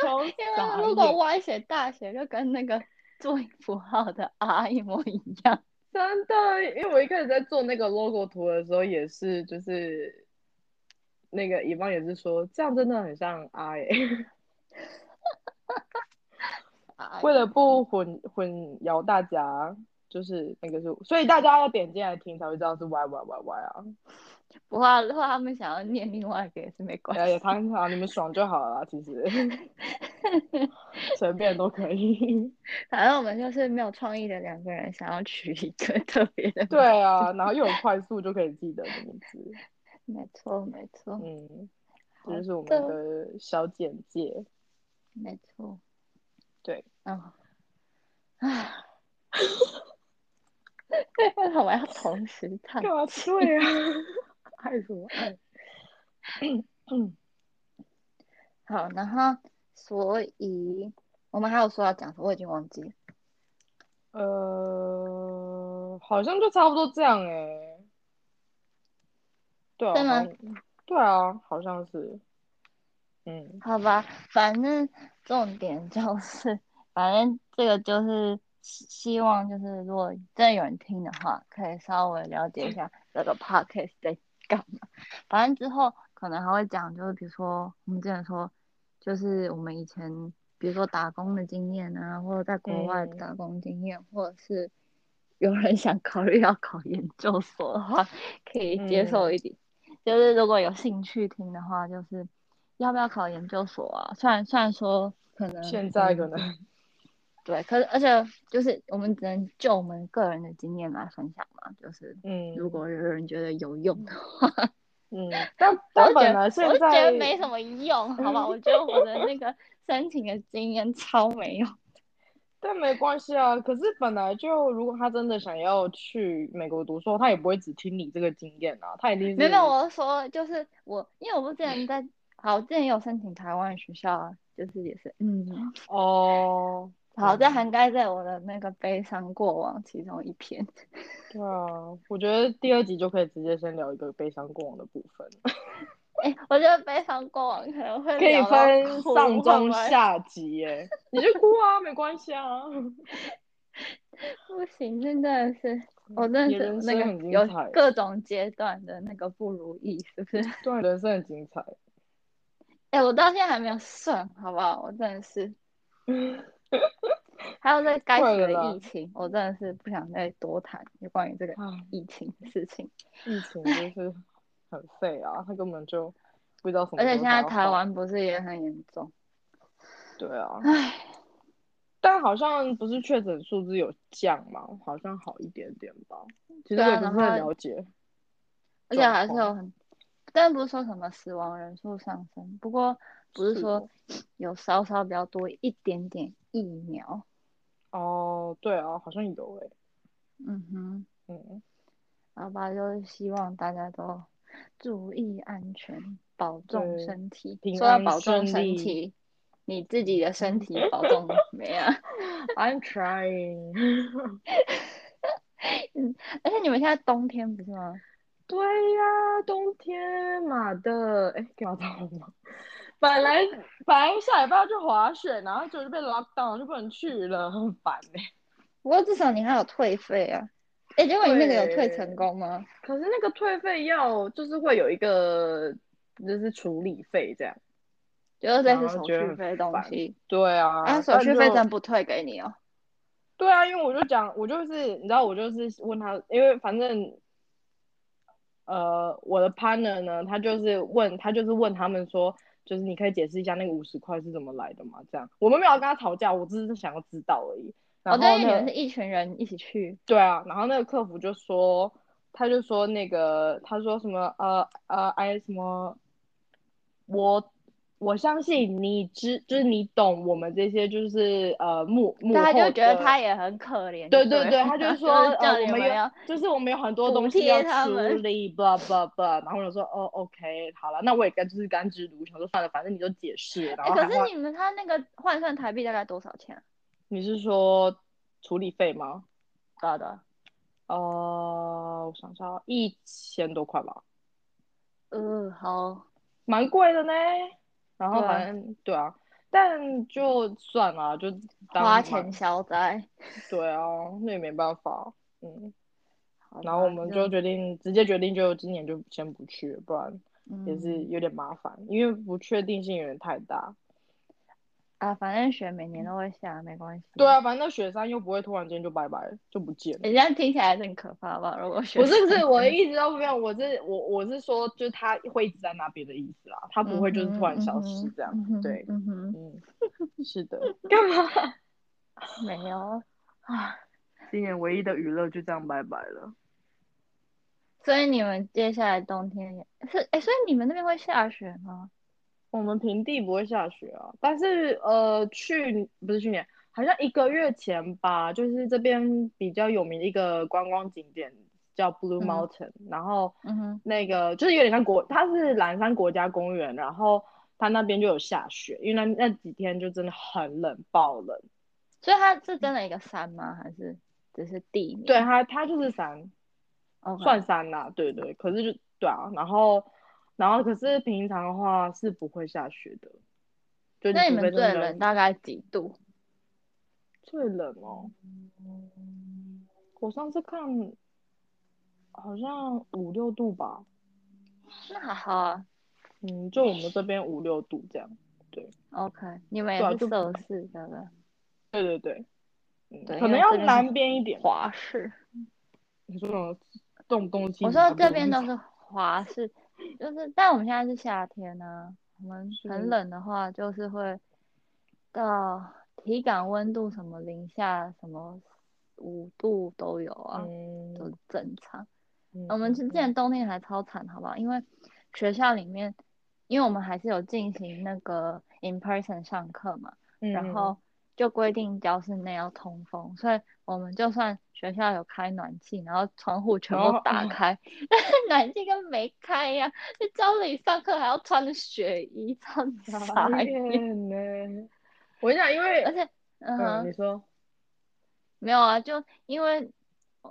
[SPEAKER 1] 超
[SPEAKER 2] 因
[SPEAKER 1] 傻
[SPEAKER 2] 啊为如果
[SPEAKER 1] 眼。
[SPEAKER 2] Y 写大写，就跟那个 注音符号的 R 一模一 样。
[SPEAKER 1] 真的，因为我一开始在做那个 logo 图的时候，也是就是那个乙方也是说，这样真的很像 I，、欸、
[SPEAKER 2] 哎
[SPEAKER 1] 为了
[SPEAKER 2] 呦，
[SPEAKER 1] 不混混淆大家，就是那个是，所以大家要点进来听才会知道是 Y Y Y Y 啊。
[SPEAKER 2] 不过如果他们想要念另外一个也是没关
[SPEAKER 1] 哎呀，
[SPEAKER 2] 系。
[SPEAKER 1] 谈好你们爽就好了啦，其实 随便都可以。
[SPEAKER 2] 反正我们就是没有创意的两个人，想要取一个 特别的名
[SPEAKER 1] 对
[SPEAKER 2] 字。
[SPEAKER 1] 啊，然后又很快速就可以记得的名字，
[SPEAKER 2] 没错，没错。
[SPEAKER 1] 嗯，这
[SPEAKER 2] 好
[SPEAKER 1] 就是我们
[SPEAKER 2] 的，
[SPEAKER 1] 的小简介。
[SPEAKER 2] 没错。
[SPEAKER 1] 对，
[SPEAKER 2] 嗯，唉， 为什么要同时叹
[SPEAKER 1] 干嘛
[SPEAKER 2] 气？
[SPEAKER 1] 对啊？ 爱什么爱？嗯
[SPEAKER 2] 好，然后所以我们还有说要讲什么，我已经忘记了。
[SPEAKER 1] 呃，好像就差不多这样哎、对啊，
[SPEAKER 2] 对
[SPEAKER 1] 好
[SPEAKER 2] 吗？
[SPEAKER 1] 像，对啊，好像是，嗯
[SPEAKER 2] 好吧，反正重点就是，反正这个就是希希望就是，如果真的有人听的话，可以稍微了解一下这个 podcast 在干嘛。反正之后可能还会讲，就是比如说我们之前说，就是我们以前比如说打工的经验啊，或者在国外
[SPEAKER 1] 嗯
[SPEAKER 2] 打工经验，或者是有人想考虑要考研究所的话，可以接受
[SPEAKER 1] 嗯
[SPEAKER 2] 一点。就是如果有兴趣听的话，就是要不要考研究所啊？虽然虽然说可能
[SPEAKER 1] 现
[SPEAKER 2] 我
[SPEAKER 1] 在可
[SPEAKER 2] 们
[SPEAKER 1] 能，
[SPEAKER 2] 对，可是而且就是我们只能就我们个人的经验来分享嘛。就是如
[SPEAKER 1] 嗯
[SPEAKER 2] 果有人觉得有用的话，
[SPEAKER 1] 嗯，但
[SPEAKER 2] 我
[SPEAKER 1] 但
[SPEAKER 2] 就觉
[SPEAKER 1] 本
[SPEAKER 2] 得
[SPEAKER 1] 来
[SPEAKER 2] 我
[SPEAKER 1] 现
[SPEAKER 2] 就觉
[SPEAKER 1] 在，
[SPEAKER 2] 得没什么用，好吧？我觉得我的那个申请的经验超 没用。
[SPEAKER 1] 但没关系啊。可是本来就，如果他真的想要去美国读书，他也不会只听你这个经验啊，他一定
[SPEAKER 2] 没有，没有
[SPEAKER 1] 是，
[SPEAKER 2] 我是说就是我，因为我不之前在好，我之前也有申请台湾学校啊，就是也是，嗯，
[SPEAKER 1] 哦，
[SPEAKER 2] 好，这
[SPEAKER 1] 嗯
[SPEAKER 2] 涵盖在我的那个悲伤过往其中一篇。
[SPEAKER 1] 对啊，我觉得第二集就可以直接先聊一个悲伤过往的部分，
[SPEAKER 2] 哎、我觉得悲伤过往可能会
[SPEAKER 1] 可以
[SPEAKER 2] 聊到
[SPEAKER 1] 分
[SPEAKER 2] 哭
[SPEAKER 1] 上
[SPEAKER 2] 会
[SPEAKER 1] 中
[SPEAKER 2] 不会
[SPEAKER 1] 下集耶。 你就哭啊，没关系啊。
[SPEAKER 2] 不行，真的是，我真
[SPEAKER 1] 你
[SPEAKER 2] 的
[SPEAKER 1] 人
[SPEAKER 2] 是哦那
[SPEAKER 1] 生
[SPEAKER 2] 个
[SPEAKER 1] 很精
[SPEAKER 2] 有
[SPEAKER 1] 彩
[SPEAKER 2] 各种阶段的那个不如意，是不是？
[SPEAKER 1] 对啊，人生很精彩。
[SPEAKER 2] 哎、我到现在还没有算，好不好？我真的是，还有这该死
[SPEAKER 1] 快了啦
[SPEAKER 2] 的疫情，我真的是不想再多谈有关于这个
[SPEAKER 1] 啊，
[SPEAKER 2] 疫情的事情。
[SPEAKER 1] 疫情就是很废啊，他根本就不知道什么
[SPEAKER 2] 而
[SPEAKER 1] 时候才要好。
[SPEAKER 2] 且现在台湾不是也很严重？
[SPEAKER 1] 对啊，但好像不是确诊数字有降嘛，好像好一点点吧。其实
[SPEAKER 2] 对
[SPEAKER 1] 我
[SPEAKER 2] 啊
[SPEAKER 1] 也不是
[SPEAKER 2] 然
[SPEAKER 1] 很
[SPEAKER 2] 后
[SPEAKER 1] 了解。
[SPEAKER 2] 而且还是有很，但不是说什么死亡人数上升，不过不是
[SPEAKER 1] 是
[SPEAKER 2] 说
[SPEAKER 1] 哦
[SPEAKER 2] 有稍稍比较多一点点疫苗。
[SPEAKER 1] 哦，对啊，好像有诶、
[SPEAKER 2] 嗯哼。
[SPEAKER 1] 嗯，
[SPEAKER 2] 好吧，就是希望大家都注意安全，保重
[SPEAKER 1] 对
[SPEAKER 2] 身体。
[SPEAKER 1] 平
[SPEAKER 2] 说到
[SPEAKER 1] 安
[SPEAKER 2] 保重
[SPEAKER 1] 顺
[SPEAKER 2] 身
[SPEAKER 1] 利
[SPEAKER 2] 体，你自己的身体保 重没啊？
[SPEAKER 1] I'm trying。
[SPEAKER 2] 而且你们现在冬天不是吗？
[SPEAKER 1] 对呀、冬天马的，哎，干嘛打我吗？ 本来本来下礼拜要去滑雪，然后就是被 lock down，就不能去了，很烦哎、
[SPEAKER 2] 不过至少你还有退费啊。哎、结果你那个有退
[SPEAKER 1] 对
[SPEAKER 2] 成功吗？
[SPEAKER 1] 可是那个退费要就是会有一个就是处理费这样。
[SPEAKER 2] 就是这
[SPEAKER 1] 然
[SPEAKER 2] 是
[SPEAKER 1] 后
[SPEAKER 2] 手
[SPEAKER 1] 觉得
[SPEAKER 2] 续
[SPEAKER 1] 很
[SPEAKER 2] 费的东
[SPEAKER 1] 烦
[SPEAKER 2] 西，
[SPEAKER 1] 对啊，
[SPEAKER 2] 啊，手
[SPEAKER 1] 但
[SPEAKER 2] 续费
[SPEAKER 1] 就
[SPEAKER 2] 真不退给你哦。
[SPEAKER 1] 对啊，因为我就讲，我就是你知道，我就是问他，因为反正，呃，我的 partner 呢，他就是问他就是问他们说，就是你可以解释一下那个五十块是怎么来的吗？这样，我们没有跟他吵架，我只是想要知道而已。然
[SPEAKER 2] 哦，
[SPEAKER 1] 后
[SPEAKER 2] 对，因为你
[SPEAKER 1] 那
[SPEAKER 2] 们是一群人一起去，
[SPEAKER 1] 对啊，然后那个客服就说，他就说那个，他说什么呃呃哎什么，我我相信你知，就是你懂我们这些就是呃幕幕
[SPEAKER 2] 大
[SPEAKER 1] 后
[SPEAKER 2] 家就觉得
[SPEAKER 1] 的
[SPEAKER 2] 他也很可怜。
[SPEAKER 1] 对
[SPEAKER 2] 对
[SPEAKER 1] 对对，
[SPEAKER 2] 了，
[SPEAKER 1] 他就
[SPEAKER 2] 是
[SPEAKER 1] 说
[SPEAKER 2] 叫
[SPEAKER 1] 呃
[SPEAKER 2] 你
[SPEAKER 1] 我们
[SPEAKER 2] 们要
[SPEAKER 1] 有就是我们有很多
[SPEAKER 2] 补
[SPEAKER 1] 东西
[SPEAKER 2] 贴
[SPEAKER 1] 要
[SPEAKER 2] 他
[SPEAKER 1] 处
[SPEAKER 2] 们
[SPEAKER 1] 理，blah blah blah，然后我就说哦 OK 好了，那我也跟就是甘之如饴，想说算了，反正你就解释了，然
[SPEAKER 2] 哎、
[SPEAKER 1] 后
[SPEAKER 2] 可
[SPEAKER 1] 还
[SPEAKER 2] 是
[SPEAKER 1] 花
[SPEAKER 2] 你们他那个换算台币大概多少钱啊？
[SPEAKER 1] 你是说处理费吗？
[SPEAKER 2] 对啊对啊，
[SPEAKER 1] 呃，我想想，一千多块吧。
[SPEAKER 2] 嗯，好，
[SPEAKER 1] 蛮贵的呢。然后
[SPEAKER 2] 对啊
[SPEAKER 1] 反正对啊，但就算了，就当
[SPEAKER 2] 花
[SPEAKER 1] 买
[SPEAKER 2] 钱。消灾。
[SPEAKER 1] 对啊，那也没办法。 嗯，
[SPEAKER 2] 好
[SPEAKER 1] 然后
[SPEAKER 2] 吧
[SPEAKER 1] 我们就决定直接决定，就今年就先不去了，不然也是
[SPEAKER 2] 嗯
[SPEAKER 1] 有点麻烦，因为不确定性有点太大。
[SPEAKER 2] 啊，反正雪每年都会下，没关系。
[SPEAKER 1] 对，啊，反正那雪山又不会突然间就拜拜就不见了。
[SPEAKER 2] 人家听起来还是很可怕吧？如哎果雪
[SPEAKER 1] 不是不是，
[SPEAKER 2] 山
[SPEAKER 1] 我的意思都没有，我是我我是说，就是它会一直在那边的意思啦，它不会就是突然消失这样
[SPEAKER 2] 嗯。哼
[SPEAKER 1] 对，
[SPEAKER 2] 嗯哼，
[SPEAKER 1] 嗯，是的。干嘛？
[SPEAKER 2] 没有啊。
[SPEAKER 1] 今年唯一的娱乐就这样拜拜了。
[SPEAKER 2] 所以你们接下来冬天也是哎、所以你们那边会下雪吗？
[SPEAKER 1] 我们平地不会下雪啊，但是呃，去不是去年，好像一个月前吧，就是这边比较有名的一个观光景点叫 Blue
[SPEAKER 2] 嗯
[SPEAKER 1] Mountain，、然后
[SPEAKER 2] 嗯哼，
[SPEAKER 1] 那个就是有点像国，它是蓝山国家公园，然后它那边就有下雪，因为那那几天就真的很冷，爆冷。
[SPEAKER 2] 所以它是真的一个山吗？还是只是地名？
[SPEAKER 1] 对，它它就是山，
[SPEAKER 2] OK，
[SPEAKER 1] 算山啦、对对，可是就对啊，然后然后可是平常的话是不会下雪的，就
[SPEAKER 2] 那你
[SPEAKER 1] 除非
[SPEAKER 2] 们
[SPEAKER 1] 真的
[SPEAKER 2] 最冷大概几度？
[SPEAKER 1] 最冷哦，我上次看好像五六度吧，
[SPEAKER 2] 那还好啊。
[SPEAKER 1] 嗯，就我们这边五六度这样，
[SPEAKER 2] OK，你们
[SPEAKER 1] 对啊
[SPEAKER 2] 也
[SPEAKER 1] 就
[SPEAKER 2] 是涉事的了，
[SPEAKER 1] 对对对，嗯
[SPEAKER 2] 对
[SPEAKER 1] 可能
[SPEAKER 2] 因为
[SPEAKER 1] 要
[SPEAKER 2] 这边是
[SPEAKER 1] 南边一点，
[SPEAKER 2] 华氏。
[SPEAKER 1] 你说什么动不动气
[SPEAKER 2] 我
[SPEAKER 1] 压
[SPEAKER 2] 说
[SPEAKER 1] 不
[SPEAKER 2] 这
[SPEAKER 1] 容
[SPEAKER 2] 边
[SPEAKER 1] 易
[SPEAKER 2] 都是华氏，就是，但我们现在是夏天呢、我们
[SPEAKER 1] 是
[SPEAKER 2] 很冷的话，就是会到体感温度什么零下什么五度都有啊，
[SPEAKER 1] 嗯，
[SPEAKER 2] 都正常。
[SPEAKER 1] 嗯
[SPEAKER 2] 我们
[SPEAKER 1] 嗯
[SPEAKER 2] 之
[SPEAKER 1] 嗯
[SPEAKER 2] 前冬天还超惨，好不好？因为学校里面，因为我们还是有进行那个 in person 上课嘛，
[SPEAKER 1] 嗯
[SPEAKER 2] 然后就规定教室内要通风，所以我们就算学校有开暖气，然后窗户全部
[SPEAKER 1] 哦
[SPEAKER 2] 打
[SPEAKER 1] 哦
[SPEAKER 2] 开， 但是暖气跟没开一样，在教室里上课还要穿着雪衣，超级傻
[SPEAKER 1] 讨
[SPEAKER 2] 眼。
[SPEAKER 1] 厌嗯呢。我跟你讲，因为
[SPEAKER 2] 啊而且，
[SPEAKER 1] 嗯，
[SPEAKER 2] 嗯哼，
[SPEAKER 1] 你说
[SPEAKER 2] 没有啊，就因为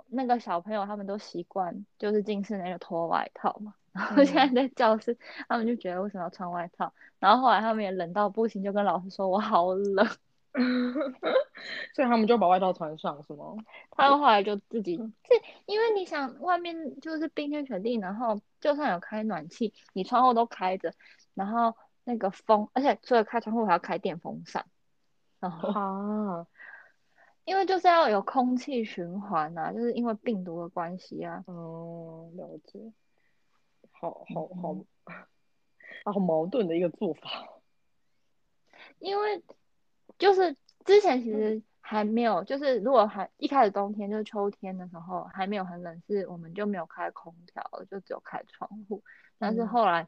[SPEAKER 2] 那个小朋友他们都习惯就是进室内就脱外套嘛，然后
[SPEAKER 1] 嗯
[SPEAKER 2] 现在在教室，他们就觉得为什么要穿外套，然后后来他们也冷到不行，就跟老师说我好冷，
[SPEAKER 1] 所以他们就把外套穿上， 是吗？
[SPEAKER 2] 他们后来就自己，这嗯因为你想外面就是冰天雪地，然后就算有开暖气，你窗户都开着，然后那个风，而且除了开窗户还要开电风扇，然后。
[SPEAKER 1] 啊，
[SPEAKER 2] 因为就是要有空气循环啊，就是因为病毒的关系啊，
[SPEAKER 1] 哦，了解，好好
[SPEAKER 2] 嗯
[SPEAKER 1] 好，啊，好矛盾的一个做法。
[SPEAKER 2] 因为就是之前其实还没有，就是如果还一开始冬天就是秋天的时候还没有很冷，是我们就没有开空调，就只有开窗户。但是
[SPEAKER 1] 嗯
[SPEAKER 2] 后来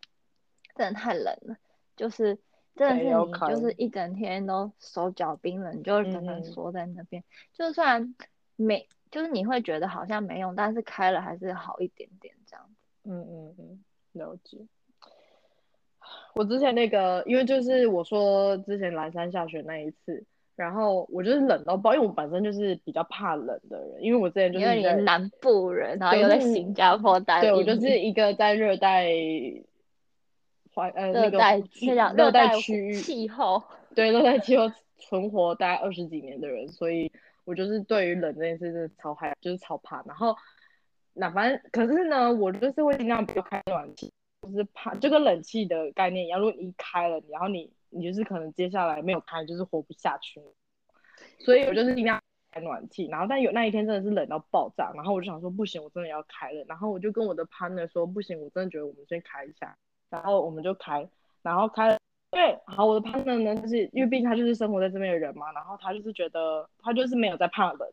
[SPEAKER 2] 真的太冷了，就是真的
[SPEAKER 1] 对
[SPEAKER 2] 是
[SPEAKER 1] 要
[SPEAKER 2] 你
[SPEAKER 1] 开
[SPEAKER 2] 就是一整天都手脚冰冷，你就整个
[SPEAKER 1] 嗯
[SPEAKER 2] 人
[SPEAKER 1] 嗯
[SPEAKER 2] 缩在那边。就算没，就是你会觉得好像没用，但是开了还是好一点点这样子。
[SPEAKER 1] 嗯嗯嗯，了解。我之前那个，因为就是我说之前蓝山下雪那一次，然后我就是冷到爆，因为我本身就是比较怕冷的人，因为我之前就
[SPEAKER 2] 因
[SPEAKER 1] 是
[SPEAKER 2] 为你
[SPEAKER 1] 在
[SPEAKER 2] 是南部人，然后
[SPEAKER 1] 对
[SPEAKER 2] 又
[SPEAKER 1] 我
[SPEAKER 2] 在
[SPEAKER 1] 是
[SPEAKER 2] 新加坡待了
[SPEAKER 1] 对
[SPEAKER 2] 一
[SPEAKER 1] 我
[SPEAKER 2] 年，
[SPEAKER 1] 就是一个在热带环呃那
[SPEAKER 2] 热
[SPEAKER 1] 个
[SPEAKER 2] 带
[SPEAKER 1] 区
[SPEAKER 2] 那叫
[SPEAKER 1] 热带
[SPEAKER 2] 带
[SPEAKER 1] 区域
[SPEAKER 2] 气候，
[SPEAKER 1] 对热带气候存活大概二十几年的人，所以我就是对于冷这件事真的超害，就是超怕。然后那反正可是呢，我就是会尽量不要开暖气，就是怕就跟冷气的概念一样，如果你一开了，然后你你就是可能接下来没有开就是活不下去，所以我就是尽量。开暖气，然后但有那一天真的是冷到爆炸，然后我就想说不行，我真的要开了，然后我就跟我的 partner 说不行，我真的觉得我们先开一下，然后我们就开，然后开了。对，好，我的 partner 呢，就是因为毕竟他就是生活在这边的人嘛，然后他就是觉得他就是没有在怕冷，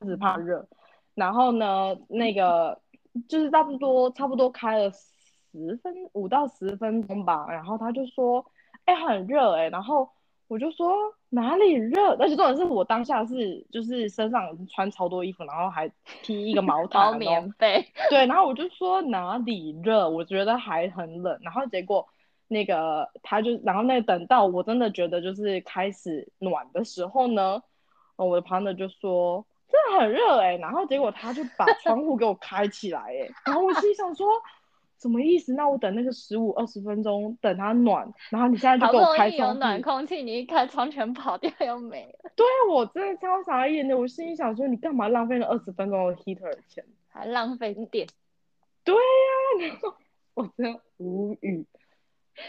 [SPEAKER 1] 他只怕热。然后呢，那个就是差不多差不多开了十分五到十分钟吧，然后他就说：“哎、很热哎、然后我就说：“哪里热？”而且重点是我当下是就是身上已经穿超多衣服，然后还披一个毛
[SPEAKER 2] 薄
[SPEAKER 1] 毯哦，
[SPEAKER 2] 棉被，
[SPEAKER 1] 对，然后我就说哪里热，我觉得还很冷。然后结果那个他就，然后那等到我真的觉得就是开始暖的时候呢，呃我的旁的就说真的很热哎、然后结果他就把窗户给我开起来哎、然后我心里想说什么意思？那我等那个十五二十分钟等它暖，然后你现在就
[SPEAKER 2] 好
[SPEAKER 1] 给
[SPEAKER 2] 不
[SPEAKER 1] 我
[SPEAKER 2] 容
[SPEAKER 1] 开
[SPEAKER 2] 易有
[SPEAKER 1] 窗户，
[SPEAKER 2] 暖空气，你一开窗全跑掉又没了，
[SPEAKER 1] 对啊我真的超傻眼的。我心里想说你干嘛浪费了二十分钟的 heater 的钱？
[SPEAKER 2] 还浪费电。
[SPEAKER 1] 对呀、然后我真的无语，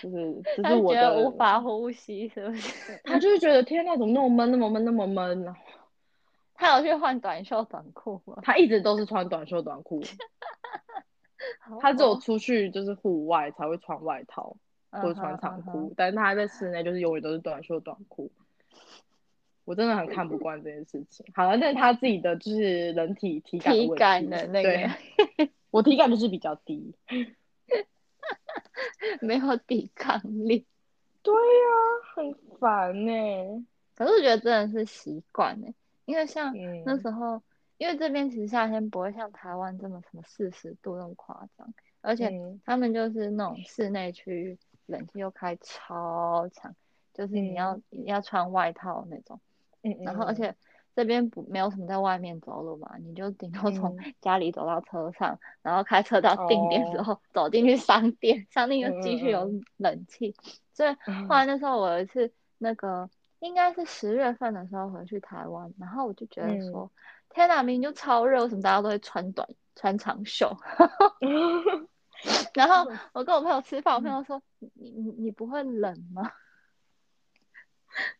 [SPEAKER 1] 就是这
[SPEAKER 2] 他
[SPEAKER 1] 是我
[SPEAKER 2] 觉得
[SPEAKER 1] 的，
[SPEAKER 2] 无法呼吸，是不是？
[SPEAKER 1] 他就是觉得天呐，怎么那么闷，那么闷，那么闷，然后
[SPEAKER 2] 他有去换短袖短裤吗？
[SPEAKER 1] 他一直都是穿短袖短裤，
[SPEAKER 2] 好
[SPEAKER 1] 他只有
[SPEAKER 2] 哦
[SPEAKER 1] 出去就是户外才会穿外套或者穿长，
[SPEAKER 2] 嗯哼
[SPEAKER 1] 裤，但是他在室内就是永远都是短袖短裤。我真的很看不惯这件事情。好了，但是他自己的就是人体体
[SPEAKER 2] 嗯
[SPEAKER 1] 感
[SPEAKER 2] 哼体
[SPEAKER 1] 问
[SPEAKER 2] 感
[SPEAKER 1] 题
[SPEAKER 2] 的那
[SPEAKER 1] 对
[SPEAKER 2] 个
[SPEAKER 1] 我体感就是比较低。
[SPEAKER 2] 没有抵抗力。
[SPEAKER 1] 对呀、很烦呢、
[SPEAKER 2] 可是我觉得真的是习惯欸，因为像那
[SPEAKER 1] 嗯
[SPEAKER 2] 时候，因为这边其实夏天不会像台湾这么什么四十度那么夸张，而且
[SPEAKER 1] 嗯
[SPEAKER 2] 他们就是那种室内区域冷气又开超强，就是你要、你要穿外套那种，
[SPEAKER 1] 嗯嗯，
[SPEAKER 2] 然后而且这边不没有什么在外面走路嘛，你就顶多从
[SPEAKER 1] 嗯
[SPEAKER 2] 家里走到车上，然后开车到定点之后、走进去商店，商店又继续有
[SPEAKER 1] 哦嗯
[SPEAKER 2] 冷气，所以
[SPEAKER 1] 嗯
[SPEAKER 2] 后来那时候我有一次那个应该是十月份的时候回去台湾，然后我就觉得
[SPEAKER 1] 嗯
[SPEAKER 2] 说，天哪，明明就超热，为什么大家都会穿短穿长袖？
[SPEAKER 1] 嗯
[SPEAKER 2] 然后我跟我朋友吃饭，我朋友说，你你你你不会冷吗？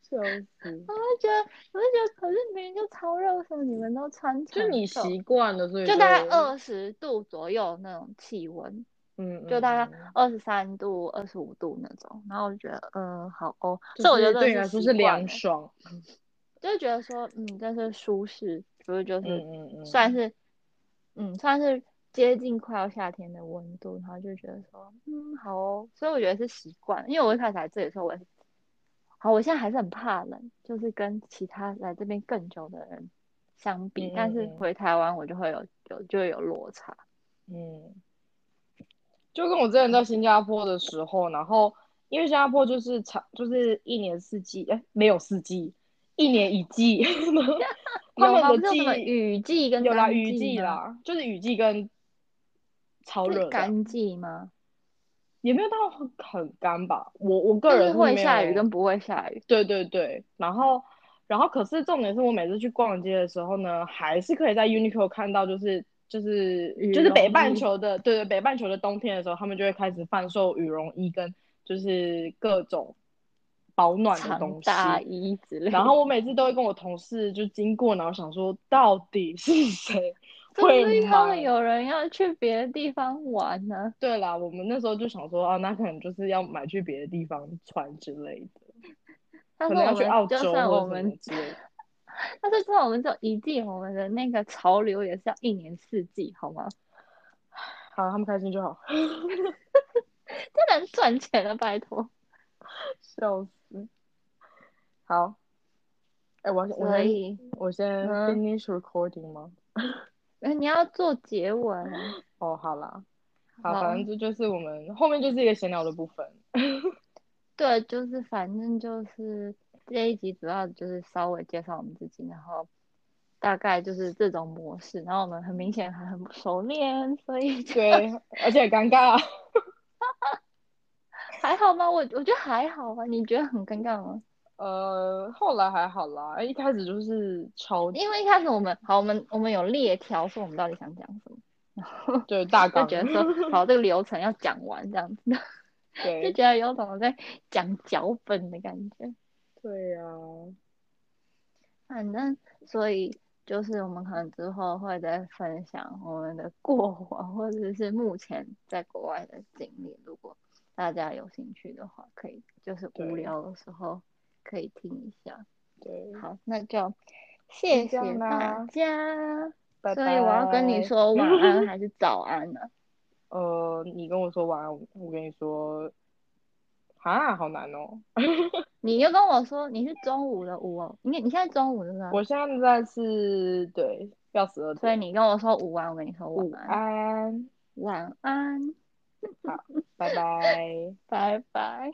[SPEAKER 1] 笑死！
[SPEAKER 2] 我就觉得，我就觉得，可是明明就超热，为什么你们都穿
[SPEAKER 1] 就
[SPEAKER 2] 长
[SPEAKER 1] 你
[SPEAKER 2] 袖
[SPEAKER 1] 习惯了，所以
[SPEAKER 2] 就大概，二十度左右那种气温，
[SPEAKER 1] 嗯，
[SPEAKER 2] 就大概
[SPEAKER 1] 嗯
[SPEAKER 2] 二十三度、二十五度那种。然后我就觉得，嗯，好哦。
[SPEAKER 1] 就
[SPEAKER 2] 所以我觉
[SPEAKER 1] 是
[SPEAKER 2] 得
[SPEAKER 1] 对
[SPEAKER 2] 真
[SPEAKER 1] 你
[SPEAKER 2] 的
[SPEAKER 1] 来说
[SPEAKER 2] 习
[SPEAKER 1] 是
[SPEAKER 2] 惯
[SPEAKER 1] 凉
[SPEAKER 2] 欸
[SPEAKER 1] 爽，
[SPEAKER 2] 就觉得说，嗯，这是舒适，不是就
[SPEAKER 1] 嗯
[SPEAKER 2] 是
[SPEAKER 1] 嗯嗯，
[SPEAKER 2] 算是，嗯，算是接近快要夏天的温度，然后就觉得说，嗯，好哦。所以我觉得是习惯，因为我一开始来这里的时候，我也是好，我现在还是很怕冷，就是跟其他来这边更久的人相比，但
[SPEAKER 1] 嗯
[SPEAKER 2] 是
[SPEAKER 1] 嗯嗯
[SPEAKER 2] 回台湾我就会有有就会有落差。
[SPEAKER 1] 嗯，就跟我之前在新加坡的时候，然后因为新加坡就是长，就是一年四季，哎，没有四季，一年一季， 他
[SPEAKER 2] 有吗？不
[SPEAKER 1] 们
[SPEAKER 2] 是
[SPEAKER 1] 的季
[SPEAKER 2] 有什么雨季跟
[SPEAKER 1] 有啦，
[SPEAKER 2] 干
[SPEAKER 1] 雨
[SPEAKER 2] 季
[SPEAKER 1] 季
[SPEAKER 2] 吗，
[SPEAKER 1] 啦，就是雨季跟超
[SPEAKER 2] 是
[SPEAKER 1] 热的啊，
[SPEAKER 2] 干季吗？
[SPEAKER 1] 也没有到很很干吧。我我个
[SPEAKER 2] 就
[SPEAKER 1] 人
[SPEAKER 2] 是会
[SPEAKER 1] 没
[SPEAKER 2] 下雨
[SPEAKER 1] 有
[SPEAKER 2] 跟不会下雨。
[SPEAKER 1] 对对对，然后，然后可是重点是我每次去逛街的时候呢，还是可以在 Uniqlo 看到，就是就是
[SPEAKER 2] 羽
[SPEAKER 1] 就是北
[SPEAKER 2] 绒
[SPEAKER 1] 半
[SPEAKER 2] 衣
[SPEAKER 1] 球的，对对，北半球的冬天的时候，他们就会开始贩售羽绒衣跟就是各种保暖的
[SPEAKER 2] 长
[SPEAKER 1] 东西。
[SPEAKER 2] 大衣之类的。
[SPEAKER 1] 然后我每次都会跟我同事就经过，然后想说，到底是 谁会
[SPEAKER 2] 就是他
[SPEAKER 1] 买
[SPEAKER 2] 们？有人要去别的地方玩呢、
[SPEAKER 1] 对啦，我们那时候就想说，啊，那可能就是要买去别的地方穿之类的，
[SPEAKER 2] 但
[SPEAKER 1] 可
[SPEAKER 2] 是
[SPEAKER 1] 能
[SPEAKER 2] 我
[SPEAKER 1] 要去澳
[SPEAKER 2] 们就
[SPEAKER 1] 洲
[SPEAKER 2] 算我
[SPEAKER 1] 或者什么
[SPEAKER 2] 们，
[SPEAKER 1] 之类的。
[SPEAKER 2] 但是就算我们只有一季，我们的那个潮流也是要一年四季，好吗？
[SPEAKER 1] 好，他们开心就好。
[SPEAKER 2] 太难赚钱了，拜托。
[SPEAKER 1] 笑死！好，哎、我要先我
[SPEAKER 2] 所
[SPEAKER 1] 先
[SPEAKER 2] 以，
[SPEAKER 1] 我先
[SPEAKER 2] 嗯
[SPEAKER 1] finish recording 吗？
[SPEAKER 2] 呃你要做结尾啊，
[SPEAKER 1] 哦，好啦，好，
[SPEAKER 2] 好
[SPEAKER 1] 反正这就是我们后面就是一个闲聊的部分。
[SPEAKER 2] 对，就是反正就是这一集主要就是稍微介绍我们自己，然后大概就是这种模式，然后我们很明显还很不熟练，所以就
[SPEAKER 1] 对， 而且很尴尬，
[SPEAKER 2] 还好吗？我我觉得还好吧，你觉得很尴尬吗？
[SPEAKER 1] 呃，后来还好啦，哎一开始就是超
[SPEAKER 2] 因为一开始我们好，我们我们有列条，说我们到底想讲什么，
[SPEAKER 1] 对大
[SPEAKER 2] 就
[SPEAKER 1] 纲，
[SPEAKER 2] 觉得说好这个流程要讲完这样子，就
[SPEAKER 1] 对
[SPEAKER 2] 觉得有种在讲脚本的感觉。
[SPEAKER 1] 对呀、
[SPEAKER 2] 反正所以就是我们可能之后会再分享我们的过往，或者是目前在国外的经历。如果大家有兴趣的话，可以就是无
[SPEAKER 1] 对
[SPEAKER 2] 聊的时候可以听一下。
[SPEAKER 1] 对，
[SPEAKER 2] 好，那就谢
[SPEAKER 1] 这样
[SPEAKER 2] 谢
[SPEAKER 1] 啦
[SPEAKER 2] 大家。
[SPEAKER 1] 拜拜。
[SPEAKER 2] 所以我要跟你，说晚安还是早安啊呢、
[SPEAKER 1] 呃，你跟我说晚安，我跟你说，啊，好难哦。
[SPEAKER 2] 你就跟我说你是中午的午哦，你你现在中午对不对？
[SPEAKER 1] 我现在是对，要死二
[SPEAKER 2] 所以
[SPEAKER 1] 点。
[SPEAKER 2] 你跟我说午安，我跟你说
[SPEAKER 1] 午
[SPEAKER 2] 晚安，
[SPEAKER 1] 安，
[SPEAKER 2] 晚安，
[SPEAKER 1] 拜拜。
[SPEAKER 2] 拜拜。